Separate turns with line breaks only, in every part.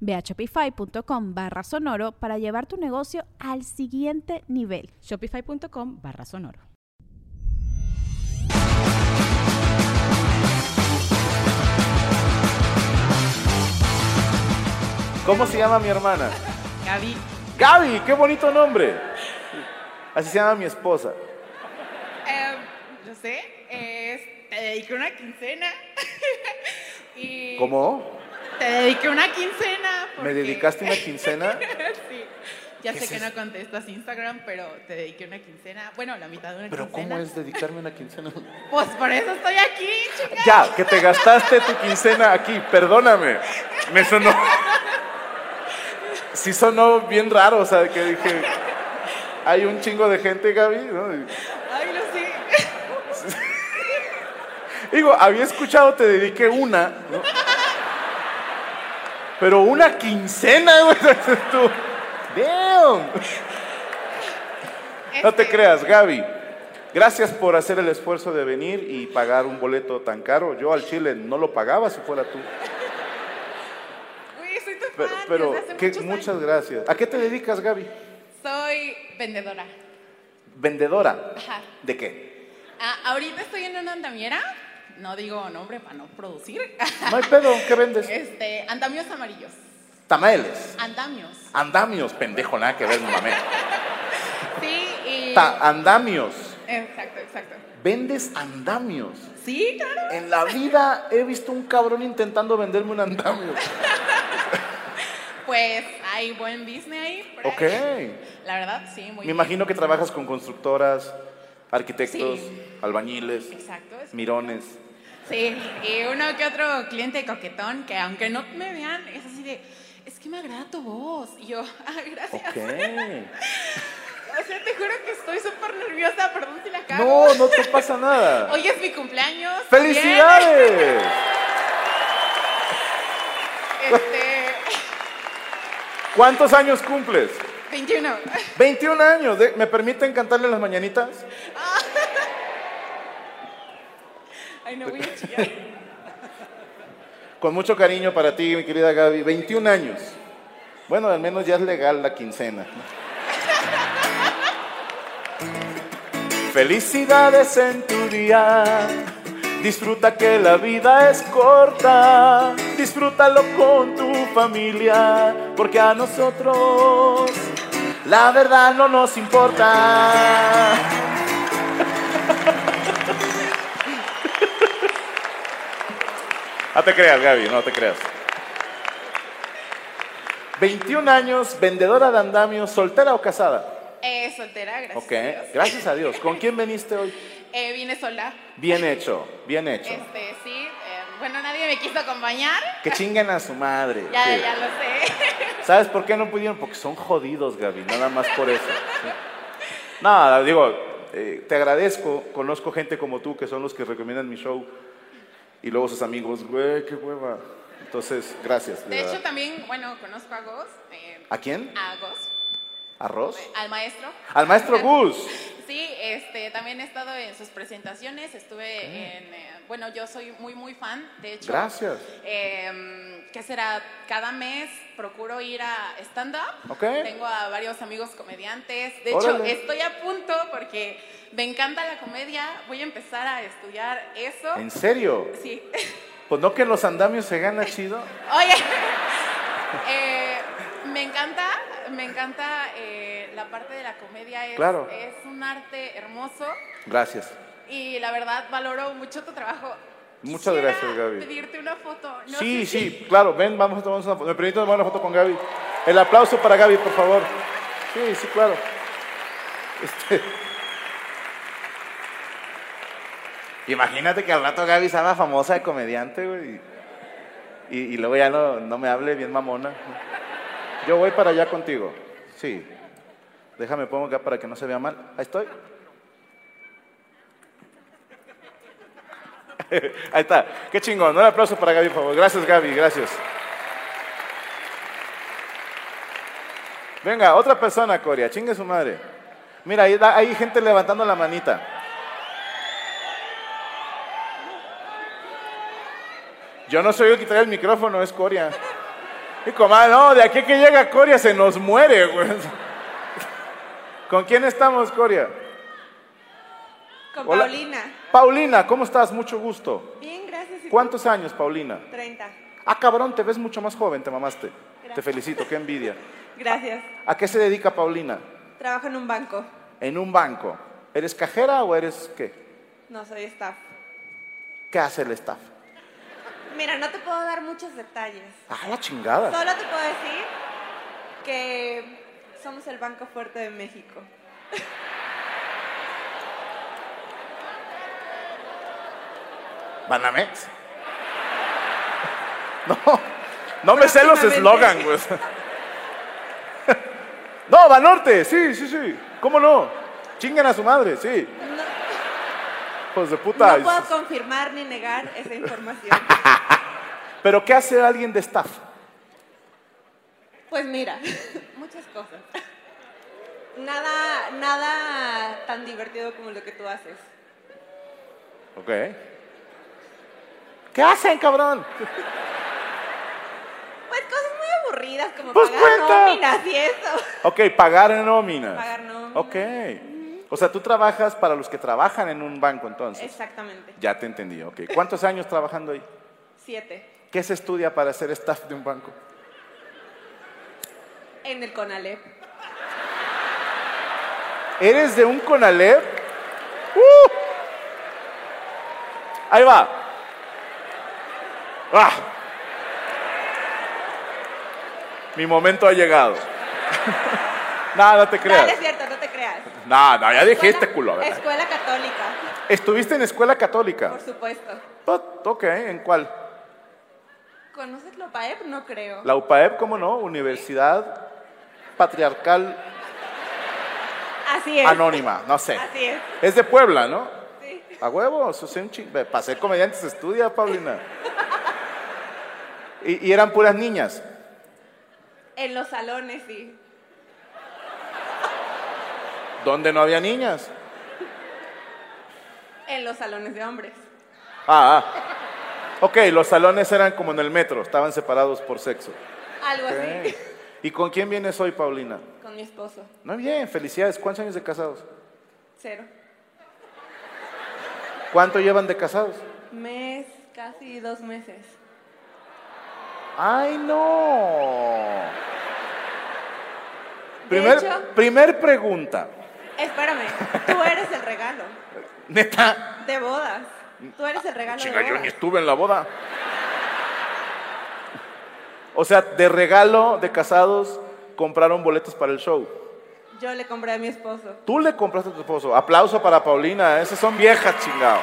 Ve a shopify.com barra sonoro para llevar tu negocio al siguiente nivel.
Shopify.com barra sonoro.
¿Cómo se llama mi hermana?
Gaby,
Gaby, qué bonito nombre. Así se llama mi esposa.
eh, yo sé, eh, te dediqué una quincena. y
¿Cómo?
Te dediqué una quincena.
¿Me
porque-
dedicaste una quincena?
sí. Ya
¿Qué
sé
es
que no
eso?
contestas Instagram, pero te dediqué una quincena. Bueno, la mitad de una
¿Pero
quincena.
cómo es dedicarme una quincena?
Pues por eso estoy aquí, chica.
Ya, que te gastaste tu quincena aquí, perdóname. Me sonó. Sí sonó bien raro, o sea, que dije, hay un chingo de gente, Gaby, ¿no? Y-
Ay, lo sé.
Digo, había escuchado, te dediqué una, ¿no? Pero una quincena, güey, dices tú. Damn. No te
Este,
creas, Gaby. Gracias por hacer el esfuerzo de venir y pagar un boleto tan caro. Yo al Chile no lo pagaba si fuera tú.
Ah, Güey, soy tu
Pero,
fan
pero
desde hace
qué-
muchos
muchas
años.
gracias. ¿A qué te dedicas, Gaby?
Soy vendedora.
Vendedora.
Ajá.
¿De qué?
Ah, ahorita estoy en una andamiera. No digo nombre para no producir.
No hay pedo, ¿qué vendes?
este, andamios amarillos.
Tamales.
Andamios.
Andamios, pendejo, nada que ver, no mames.
Sí, y...
Ta- andamios.
Exacto, exacto.
Vendes andamios.
Sí, claro.
En la vida he visto un cabrón intentando venderme un andamio.
Pues hay buen business ahí. por ahí.
Ok.
La verdad, sí, muy
Me imagino que trabajas con constructoras, arquitectos,
Sí.
albañiles,
Exacto. es-
mirones.
Sí, y uno que otro cliente coquetón que aunque no me vean, es así de, es que me agrada tu voz. Y yo, ah, gracias.
Ok.
O sea, te juro que estoy súper nerviosa, perdón si la cago.
No, no te pasa nada.
Hoy es mi cumpleaños.
¡Felicidades!
Bien. Este,
¿Cuántos años cumples?
21.
21 años. De- ¿Me permiten cantarle las mañanitas?
Ay, no voy a chillar.
Con mucho cariño para ti, mi querida Gaby. 21 años. Bueno, al menos ya es legal la quincena. Felicidades en tu día. Disfruta que la vida es corta. Disfrútalo con tu familia. Porque a nosotros la verdad no nos importa. No te creas, Gaby, no te creas. 21 años, vendedora de andamios, soltera o casada.
Eh, soltera, gracias.
Ok,
a Dios.
gracias a Dios. ¿Con quién viniste hoy?
Eh, vine sola.
Bien hecho, bien hecho.
Este, sí. eh, bueno, nadie me quiso acompañar.
Que chinguen a su madre.
Ya,
sí.
ya lo sé.
¿Sabes por qué no pudieron? Porque son jodidos, Gaby, nada más por eso. Sí. Nada, digo, eh, te agradezco. Conozco gente como tú que son los que recomiendan mi show. Y luego sus amigos, güey, qué hueva. Entonces, gracias. de
De hecho,
verdad.
también, bueno, conozco a Gos. eh,
¿A quién?
a Gos,
¿Arroz?
al maestro.
Al maestro Gus.
Sí, este, también he estado en sus presentaciones. Estuve en. eh, bueno, yo soy muy, muy fan. De hecho.
Gracias.
Eh, ¿Qué será? Cada mes procuro ir a stand-up.
Ok.
Tengo a varios amigos comediantes. De
Órale.
hecho, estoy a punto porque me encanta la comedia. Voy a empezar a estudiar eso.
¿En serio?
Sí.
Pues no que en los andamios se gana chido.
Oye, eh, me encanta, me encanta eh, la parte de la comedia. Es,
Claro.
es un arte hermoso.
Gracias.
y la verdad valoro mucho tu trabajo.
Muchas
Quisiera
gracias, Gaby.
pedirte una foto. No
sí,
sé si-
sí, claro, ven, vamos a tomar una foto. ¿Me permiten tomar una foto con Gaby? El aplauso para Gaby, por favor. Sí, sí, claro. Este- Imagínate que al rato Gaby se haga famosa de comediante, güey. Y, y- y luego ya no, no me hable bien mamona. Yo voy para allá contigo. Sí. Déjame pongo acá para que no se vea mal. Ahí estoy. Ahí está. Qué chingón. Un aplauso para Gaby, por favor. Gracias, Gaby. Gracias. Venga, otra persona, Coria. Chingue su madre. Mira, ahí da- hay gente levantando la manita. Yo no soy el que trae el micrófono, es Coria. Y comadre, no, de aquí que llega Coria se nos muere, güey. ¿Con quién estamos, Coria?
Con
Hola.
Paulina.
Paulina, ¿cómo estás? Mucho gusto.
Bien, gracias. ¿y tú?
¿Cuántos años, Paulina?
30.
Ah, cabrón, te ves mucho más joven, te mamaste. Te felicito, qué envidia.
Gracias.
¿A qué se dedica Paulina?
Trabajo en un banco.
En un banco. ¿Eres cajera o eres qué?
No soy staff.
¿Qué hace el staff?
Mira, no te puedo dar muchos detalles.
Ah, la chingada.
Solo te puedo decir que somos el banco fuerte de México.
¿Banamex? No, no me sé los eslogan, güey. No, Banorte, sí, sí, sí. ¿Cómo no? Chingan a su madre, sí.
No,
Pues de puta.
no puedo confirmar ni negar esa información.
Pero ¿qué hace alguien de staff?
Pues mira, muchas cosas. Nada, nada tan divertido como lo que tú haces.
Ok. ¿Qué hacen, cabrón?
Pues cosas muy aburridas como
Pues
pagar
cuenta.
nóminas y eso.
Ok, pagar en nóminas.
Pagar nóminas.
Ok. O sea, tú trabajas para los que trabajan en un banco entonces.
Exactamente.
Ya te entendí, ok. ¿Cuántos años trabajando ahí?
Siete.
¿Qué se estudia para ser staff de un banco?
En el CONALEP.
¿Eres de un Conalep? ¡Uh! Ahí va. ¡Ah! Mi momento ha llegado. Nada, no te
No, no es
creas.
cierto, no te creas.
Nada, ya dijiste,
Escuela-
culo. ¿verdad?
Escuela católica,
¿Estuviste en escuela católica?
por supuesto.
Tot- Ok, ¿en cuál?
¿Conoces la PAEP? No creo.
La UPAEP, ¿cómo no? Universidad Patriarcal
Así es.
Anónima, Ah, no sé.
Así es.
Es de Puebla, ¿no?
Sí.
A huevo, eso es un ching... Para ser comediante se estudia, Paulina. Y, y eran puras niñas.
En los salones, sí.
¿Dónde no había niñas?
En los salones de hombres.
Ah, ah. Ok, los salones eran como en el metro, estaban separados por sexo.
Algo
Ok.
así.
¿Y con quién vienes hoy, Paulina?
Con mi esposo.
Muy bien, felicidades. ¿Cuántos años de casados?
Cero.
¿Cuánto llevan de casados?
Mes, casi dos meses.
¡Ay, no!
De
Primer,
hecho,
primer pregunta.
espérame. Tú eres el regalo
Neta.
de bodas. Tú eres el regalo
Chinga,
de
yo ni
bodas.
estuve en la boda. O sea, de regalo de casados compraron boletos para el show.
Yo le compré a mi esposo.
Tú le compraste a tu esposo. Aplauso para Paulina. ¿eh? Esas son viejas, chingado.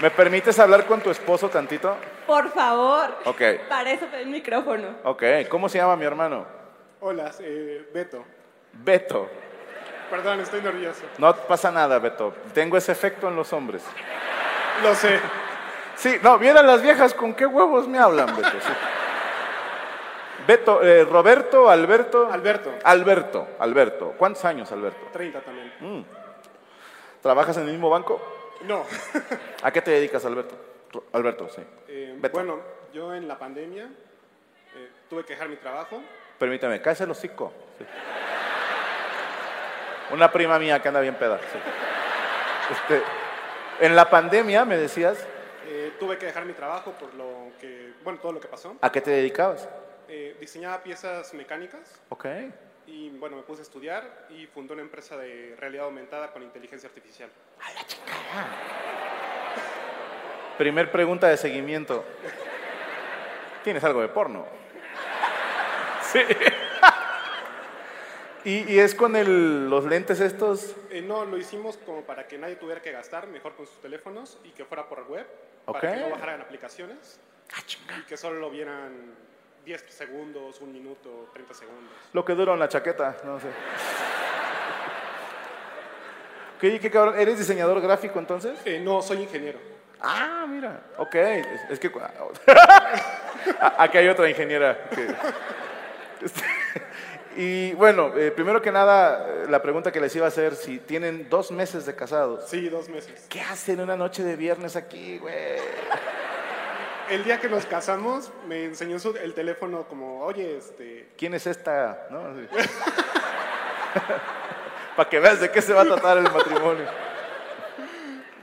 ¿Me permites hablar con tu esposo tantito?
Por favor.
Ok.
Para eso pedí el micrófono.
Ok. ¿Cómo se llama mi hermano?
Hola, eh, Beto.
Beto.
Perdón, estoy nervioso.
No pasa nada, Beto. Tengo ese efecto en los hombres.
Lo sé.
Sí, no, vieran las viejas con qué huevos me hablan, Beto. sí. Beto, eh, Roberto, Alberto.
Alberto.
Alberto, Alberto. ¿Cuántos años, Alberto?
30 también.
¿Trabajas en el mismo banco?
No.
¿A qué te dedicas, Alberto? Ro- Alberto, sí.
Eh,
Beto,
bueno, yo en la pandemia eh, tuve que dejar mi trabajo.
permítame, cállese el hocico. Sí. Una prima mía que anda bien peda. sí. Este, en la pandemia me decías,
Eh, tuve que dejar mi trabajo por lo que, bueno, todo lo que pasó.
¿a qué te dedicabas?
Eh, diseñaba piezas mecánicas
Ok.
y bueno, me puse a estudiar y fundé una empresa de realidad aumentada con inteligencia artificial.
Primer pregunta de seguimiento. ¿Tienes algo de porno? Sí. ¿Y, y es con el- los lentes estos?
Eh, no, lo hicimos como para que nadie tuviera que gastar, mejor con sus teléfonos y que fuera por web, para que
Ok. Ah,
no bajaran aplicaciones y que solo lo vieran 10 segundos, un minuto, 30 segundos.
Lo que dura una chaqueta, no sé. ¿Qué, qué cabrón? ¿Eres diseñador gráfico entonces?
Eh, no, soy ingeniero.
Ah, mira. Ok, es, es que... cu- A- Aquí hay otra ingeniera. que- Este, Y bueno, eh, primero que nada, eh, la pregunta que les iba a hacer, si tienen dos meses de casados,
Sí, dos meses.
¿qué hacen una noche de viernes aquí, güey?
El día que nos casamos me enseñó su- el teléfono como, oye, este,
¿Quién es esta? ¿No? Para que veas de qué se va a tratar el matrimonio.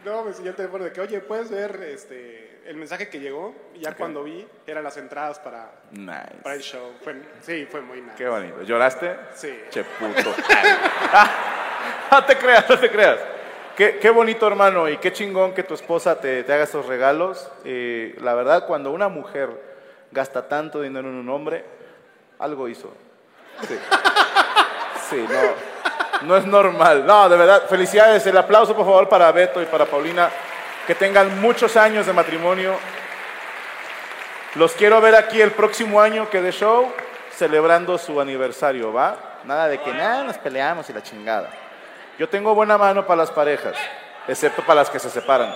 no, me enseñó el teléfono de que, oye, puedes ver este, el mensaje que llegó. Y ya cuando vi, eran las entradas para, para el
Nice.
show. Fue- sí, fue muy nice.
Qué bonito. ¿Lloraste?
Sí.
Che puto. Ah, no te creas, no te creas. Qué, qué bonito, hermano, y qué chingón que tu esposa te, te haga esos regalos. Eh, la verdad, cuando una mujer gasta tanto dinero en un hombre, algo hizo. Sí. Sí, no. No es normal. No, de verdad, felicidades. El aplauso, por favor, para Beto y para Paulina. Que tengan muchos años de matrimonio. Los quiero ver aquí el próximo año que de show, celebrando su aniversario, ¿va? Nada de que nada, nos peleamos y la chingada. Yo tengo buena mano para las parejas, excepto para las que se separan.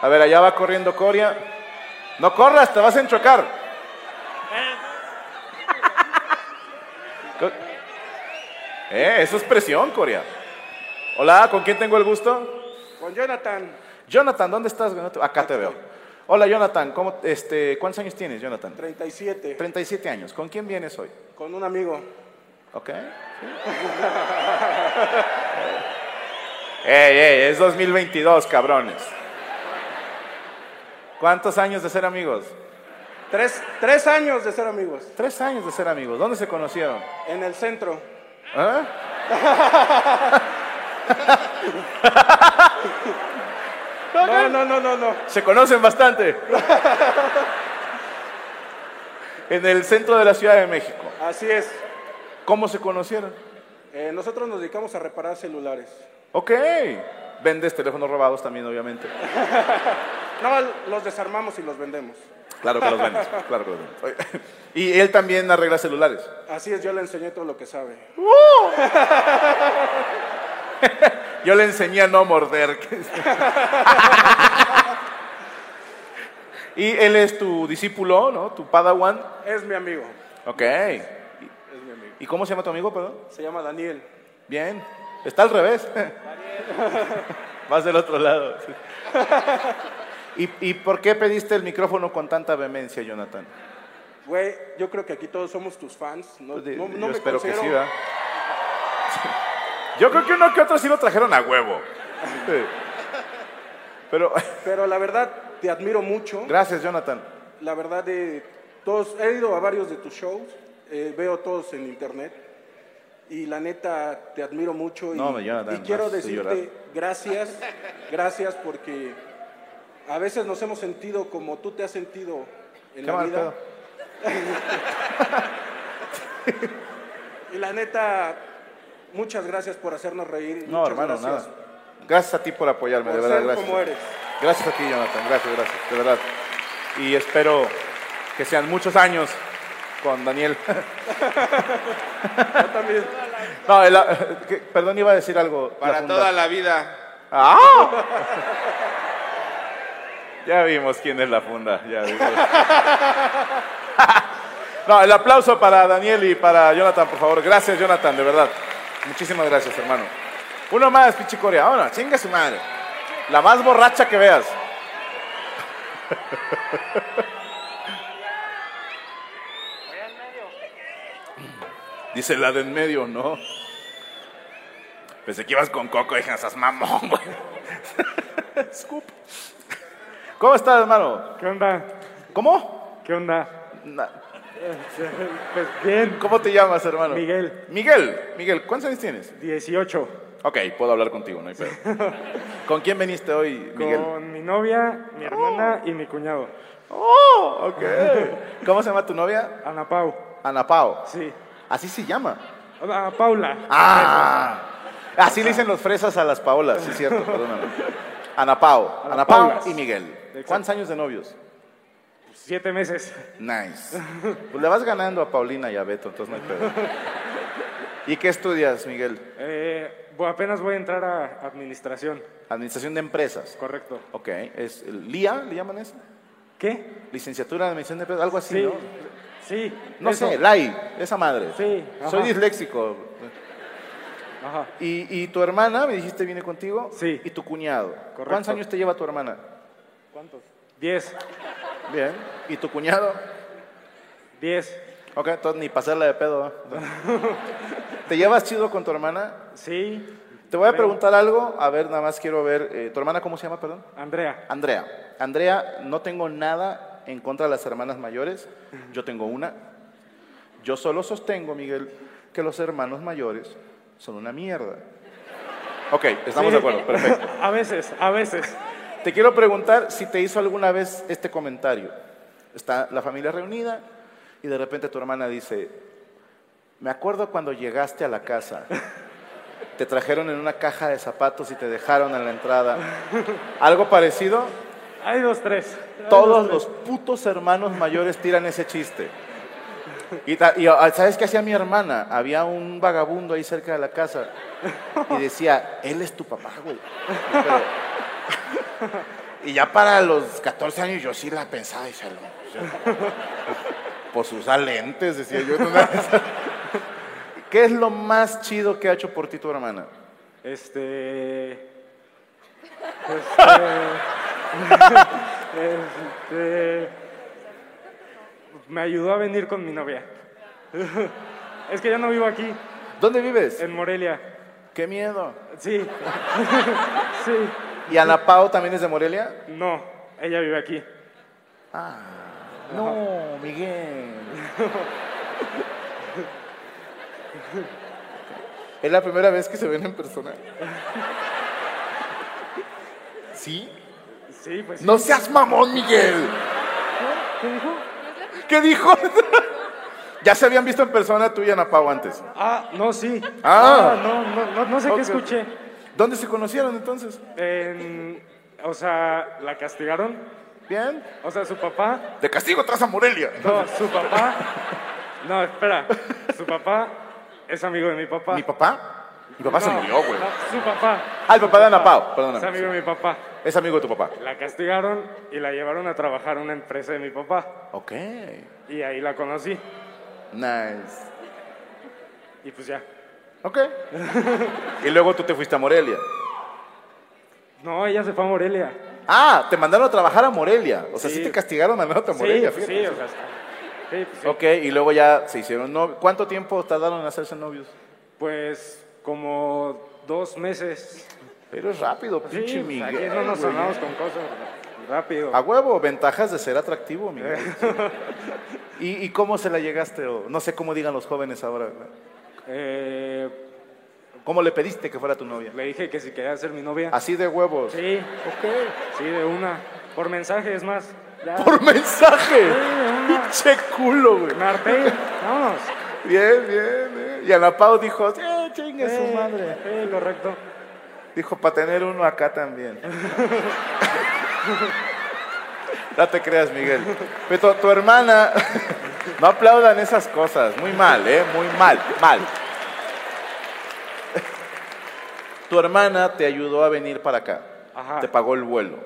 A ver, allá va corriendo Coria. No corras, te vas a enchocar. Co- Eh, eso es presión, Coria. Hola, ¿con quién tengo el gusto?
Con Jonathan,
Jonathan, ¿dónde estás? güey? No te- Acá te veo. Hola, Jonathan. ¿cómo- este, ¿Cuántos años tienes, Jonathan?
37,
37 años. ¿Con quién vienes hoy?
con un amigo.
¿Ok? ¿Sí? ¡Ey, ey! Es 2022, cabrones. ¿Cuántos años de ser amigos?
Tres, tres años de ser amigos
Tres años de ser amigos. ¿Dónde se conocieron?
en el centro.
¿Ah?
No, no, no, no, no.
Se conocen bastante. en el centro de la Ciudad de México.
Así es.
¿Cómo se conocieron?
Eh, nosotros nos dedicamos a reparar celulares.
Ok. Vendes teléfonos robados también, obviamente.
No, los desarmamos y los vendemos.
Claro que los vendes. Claro que los vendes. Oye, Y él también arregla celulares.
Así es, yo le enseñé todo lo que sabe.
Yo le enseñé a no morder. y él es tu discípulo, ¿no? Tu padawan.
Es mi amigo.
Ok.
Es mi amigo.
¿Y cómo se llama tu amigo, perdón?
Se llama Daniel.
Bien. Está al revés. Vas del otro lado. sí. ¿Y, ¿Y por qué pediste el micrófono con tanta vehemencia, Jonathan?
Güey, yo creo que aquí todos somos tus fans. No,
Pues de-
no-
yo
no me
espero que
considero-
sí, ¿verdad? Yo creo que uno que otro sí lo trajeron a huevo. Sí. Pero
Pero la verdad, te admiro mucho.
gracias, Jonathan.
La verdad, de todos, he ido a varios de tus shows, eh, veo todos en internet y la neta te admiro mucho y,
No, me Jonathan,
y quiero
vas a llorar.
decirte gracias, gracias porque a veces nos hemos sentido como tú te has sentido en
Qué
la
mal
vida
pedo.
y la neta muchas gracias por hacernos reír.
No,
muchas
hermano,
gracias
nada. Gracias a ti por apoyarme,
Por
de verdad,
ser
gracias.
como eres.
Gracias a ti, Jonathan, gracias, gracias, de verdad. Y espero que sean muchos años con Daniel.
Yo también.
No, el- ah, que- perdón, iba a decir algo.
Para
funda.
toda la vida.
¡Ah! Ya vimos quién es la funda. ya vimos. no, el aplauso para Daniel y para Jonathan, por favor. Gracias, Jonathan, de verdad. Muchísimas gracias, hermano. Uno más, pinche Corea. Ahora, chinga su madre. La más borracha que veas. Dice la de en medio, ¿no? Pensé que ibas con Coco, hija, esas mamón, güey. Scoop. ¿Cómo estás, hermano?
¿Qué onda?
¿Cómo?
¿Qué onda?
Na-
Pues bien,
¿Cómo te llamas, hermano?
Miguel.
Miguel, Miguel, ¿cuántos años tienes?
18.
Ok, puedo hablar contigo, no hay pedo. ¿Con quién viniste hoy, Miguel?
Con mi novia, mi hermana y mi cuñado.
Oh, ok. ¿Cómo se llama tu novia?
Ana Pau.
Ana Pao.
Sí.
Así se llama.
Ana Paula.
Ah, así le dicen los fresas a las Paolas, sí es cierto, perdóname. Ana Pao,
A las
Ana Pao
Paulas.
y Miguel.
Exacto.
¿Cuántos años de novios?
Siete meses.
Nice. Pues le vas ganando a Paulina y a Beto, entonces no hay pedo. ¿Y qué estudias, Miguel?
Eh, bo- apenas voy a entrar a administración.
Administración de empresas.
Correcto.
Ok, es el LIA, ¿le llaman eso?
¿Qué?
Licenciatura en Administración de Empresas, algo así,
Sí.
¿no?
Sí.
No
eso.
sé, LAI, esa madre.
Sí,
Soy
ajá.
disléxico.
Ajá.
Y, y tu hermana, me dijiste, viene contigo.
Sí.
Y tu cuñado. ¿Cuántos
Correcto.
años te lleva tu hermana?
¿Cuántos? Diez.
Bien. ¿Y tu cuñado?
Diez.
Ok, entonces ni pasarla de pedo. ¿eh? ¿Te llevas chido con tu hermana?
Sí.
Te voy a
Creo.
preguntar algo. A ver, nada más quiero ver. eh, ¿Tu hermana cómo se llama, perdón?
Andrea.
Andrea. Andrea, no tengo nada en contra de las hermanas mayores. Yo tengo una. Yo solo sostengo, Miguel, que los hermanos mayores son una mierda. Ok, estamos
Sí.
de acuerdo, perfecto.
A veces, a veces.
Te quiero preguntar si te hizo alguna vez este comentario. Está la familia reunida y de repente tu hermana dice, me acuerdo cuando llegaste a la casa, te trajeron en una caja de zapatos y te dejaron en la entrada. ¿Algo parecido?
Hay dos, tres. Hay
Todos
dos,
los putos hermanos mayores tiran ese chiste. Y, ta- y, ah, ¿sabes qué hacía mi hermana? Había un vagabundo ahí cerca de la casa y decía, él es tu papá, güey. Pero- y ya para los 14 años yo sí la pensaba y se lo... Por sus lentes, decía yo. ¿Qué es lo más chido que ha hecho por ti tu hermana?
tres. Este. Este. este. Me ayudó a venir con mi novia. Es que yo no vivo aquí,
¿Dónde vives?
en Morelia.
¡Qué miedo!
Sí. Sí.
¿Y Ana Pao también es de Morelia?
No, ella vive aquí.
No, Miguel. ¿Es la primera vez que se ven en persona? ¿Sí?
Sí, pues.
No seas mamón, Miguel. ¿Qué dijo? ¿Qué dijo? ya se habían visto en persona tú y Ana Pau antes.
Ah, no, sí.
Ah.
no, no, no, no sé
Ok.
qué escuché.
¿Dónde se conocieron entonces?
En- o sea, la castigaron.
¿Bien?
O sea, su papá.
De castigo tras a Morelia.
No, su papá. No, espera. Su papá es amigo de mi papá.
¿Mi papá? Mi papá se
No,
murió, güey.
no, su papá.
Ah, el papá de
Su
Ana
papá.
Pau, perdóname.
Es amigo de mi papá.
Es amigo de tu papá.
La castigaron y la llevaron a trabajar a una empresa de mi papá.
Ok.
Y ahí la conocí.
Nice.
Y pues ya.
Ok. y luego tú te fuiste a Morelia.
No, ella se fue a Morelia.
Ah, te mandaron a trabajar a Morelia. O sea, sí,
Sí.
te castigaron mandándote a Morelia,
sí,
fíjate. Oh.
sí, o sea, sí, pues sí.
Ok, y luego ya se hicieron novios. ¿Cuánto tiempo tardaron en hacerse novios?
Pues como dos meses.
Pero es rápido,
Sí,
pinche
pues,
Miguel.
aquí no nos
güey. Ah.
sonamos con cosas rápido.
A huevo, ventajas de ser atractivo, Miguel. ¿Y, y cómo se la llegaste? O no sé cómo digan los jóvenes ahora. ¿verdad?
Eh,
¿Cómo le pediste que fuera tu novia?
le dije que si quería ser mi novia.
Así de huevos.
Sí,
Ok.
sí, de una. Por mensaje, es más. Ya,
Por mensaje.
Sí, de una.
Pinche culo, güey.
Me harté. Vámonos.
Bien, bien, bien. Y Ana Pau dijo, eh, chingue
Eh,
su madre.
eh, correcto.
Dijo, para tener uno acá también. no te creas, Miguel. Pero tu, tu hermana, no aplaudan esas cosas. Muy mal, ¿eh? Muy mal, mal. Tu hermana te ayudó a venir para acá.
Ajá.
Te pagó el vuelo.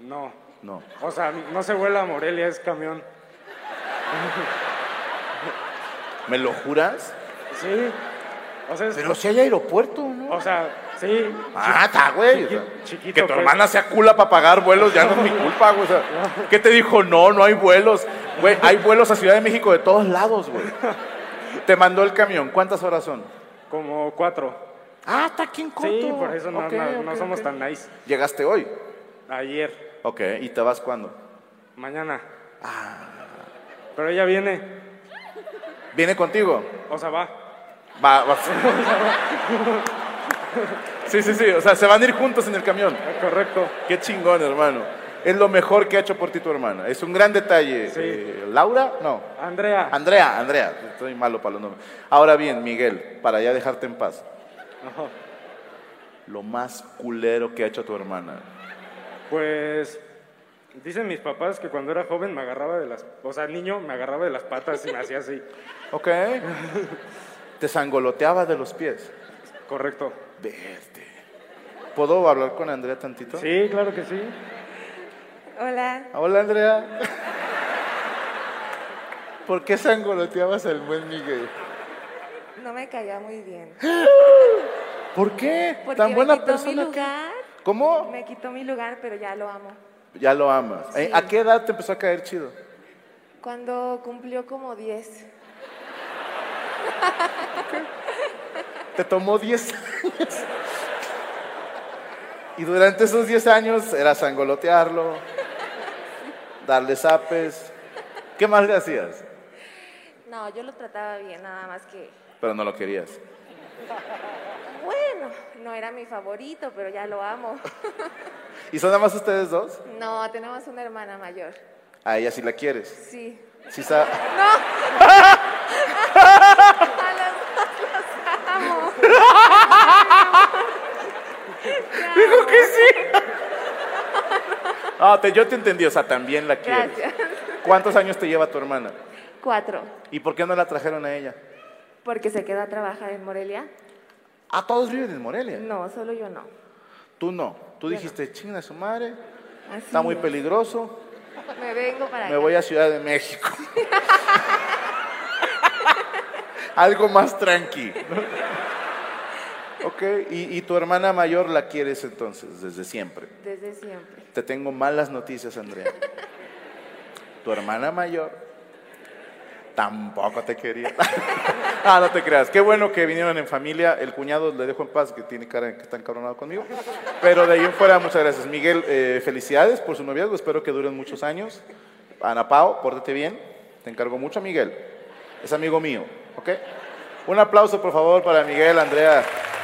No.
No.
O sea, no se vuela a Morelia, es camión.
¿Me lo juras?
Sí. O sea, es-
Pero si hay aeropuerto, ¿no?
o sea, sí.
Ah, está, güey. O sea,
Chiqui- chiquito,
que tu
pues.
hermana sea cula para pagar vuelos ya no es mi culpa, güey. O sea, ¿Qué te dijo? No, no hay vuelos. Güey, hay vuelos a Ciudad de México de todos lados, güey. Te mandó el camión. ¿Cuántas horas son?
Como cuatro.
Ah, está aquí en corto.
Sí, por eso no,
Ok,
no-
ok,
no somos
ok.
tan nice.
Llegaste hoy.
Ayer,
Ok, ¿y te vas cuándo? Ah.
mañana. Pero ella viene.
Viene contigo.
O sea, va.
Va, va. Sí, sí, sí. O sea, se van a ir juntos en el camión.
Ah, Correcto.
Qué chingón, hermano. Es lo mejor que ha hecho por ti tu hermana. Es un gran detalle.
Sí.
Eh, ¿Laura? No.
Andrea.
Andrea, Andrea. Estoy malo para los nombres. Ahora bien, Miguel, para ya dejarte en paz.
Ajá.
Lo más culero que ha hecho tu hermana.
Pues dicen mis papás que cuando era joven me agarraba de las, o sea, niño me agarraba de las patas y me hacía así.
¿Ok? Te sangoloteaba de los pies.
Correcto.
Verte. ¿Puedo hablar con Andrea tantito?
Sí, claro que sí.
Hola.
Hola, Andrea. ¿Por qué sangoloteabas al buen Miguel?
No me caía muy bien.
¿Por qué?
Porque
Tan
me
buena
quitó mi
persona. que-
lugar.
¿Cómo?
Me quitó mi lugar, pero ya lo amo.
Ya lo amas. ¿Eh? ¿A qué edad te empezó a caer chido?
Cuando cumplió como 10.
Te tomó 10 años. Y durante esos 10 años era sangolotearlo, darle zapes. ¿Qué más le hacías?
No, yo lo trataba bien, nada más que.
Pero no lo querías.
Bueno, no era mi favorito, pero ya lo amo.
¿Y son nada más ustedes dos?
No, tenemos una hermana mayor.
A ella sí la quieres.
Sí.
Sí sa-
A los dos los amo.
Ah, te- yo te entendí, o sea, también la quieres.
Gracias.
¿Cuántos años te lleva tu hermana?
Cuatro.
¿Y por qué no la trajeron a ella?
Porque se queda a trabajar en Morelia.
Ah, todos viven en Morelia.
No, solo yo no.
Tú no. Tú dijiste, chinga su madre,
Así
está muy
es.
peligroso,
Me vengo para
me
acá.
voy a Ciudad de México. Algo más tranqui. ¿no? ok, y, y tu hermana mayor la quieres entonces, desde siempre.
Desde siempre.
Te tengo malas noticias, Andrea. Tu hermana mayor tampoco te quería. ah, no te creas. Qué bueno que vinieron en familia. El cuñado le dejo en paz, que tiene cara de que está encabronado conmigo. Pero de ahí en fuera, muchas gracias. Miguel, eh, felicidades por su noviazgo. Espero que duren muchos años. Ana Pao, pórtate bien. Te encargo mucho, Miguel. Es amigo mío, ¿ok? Un aplauso, por favor, para Miguel, Andrea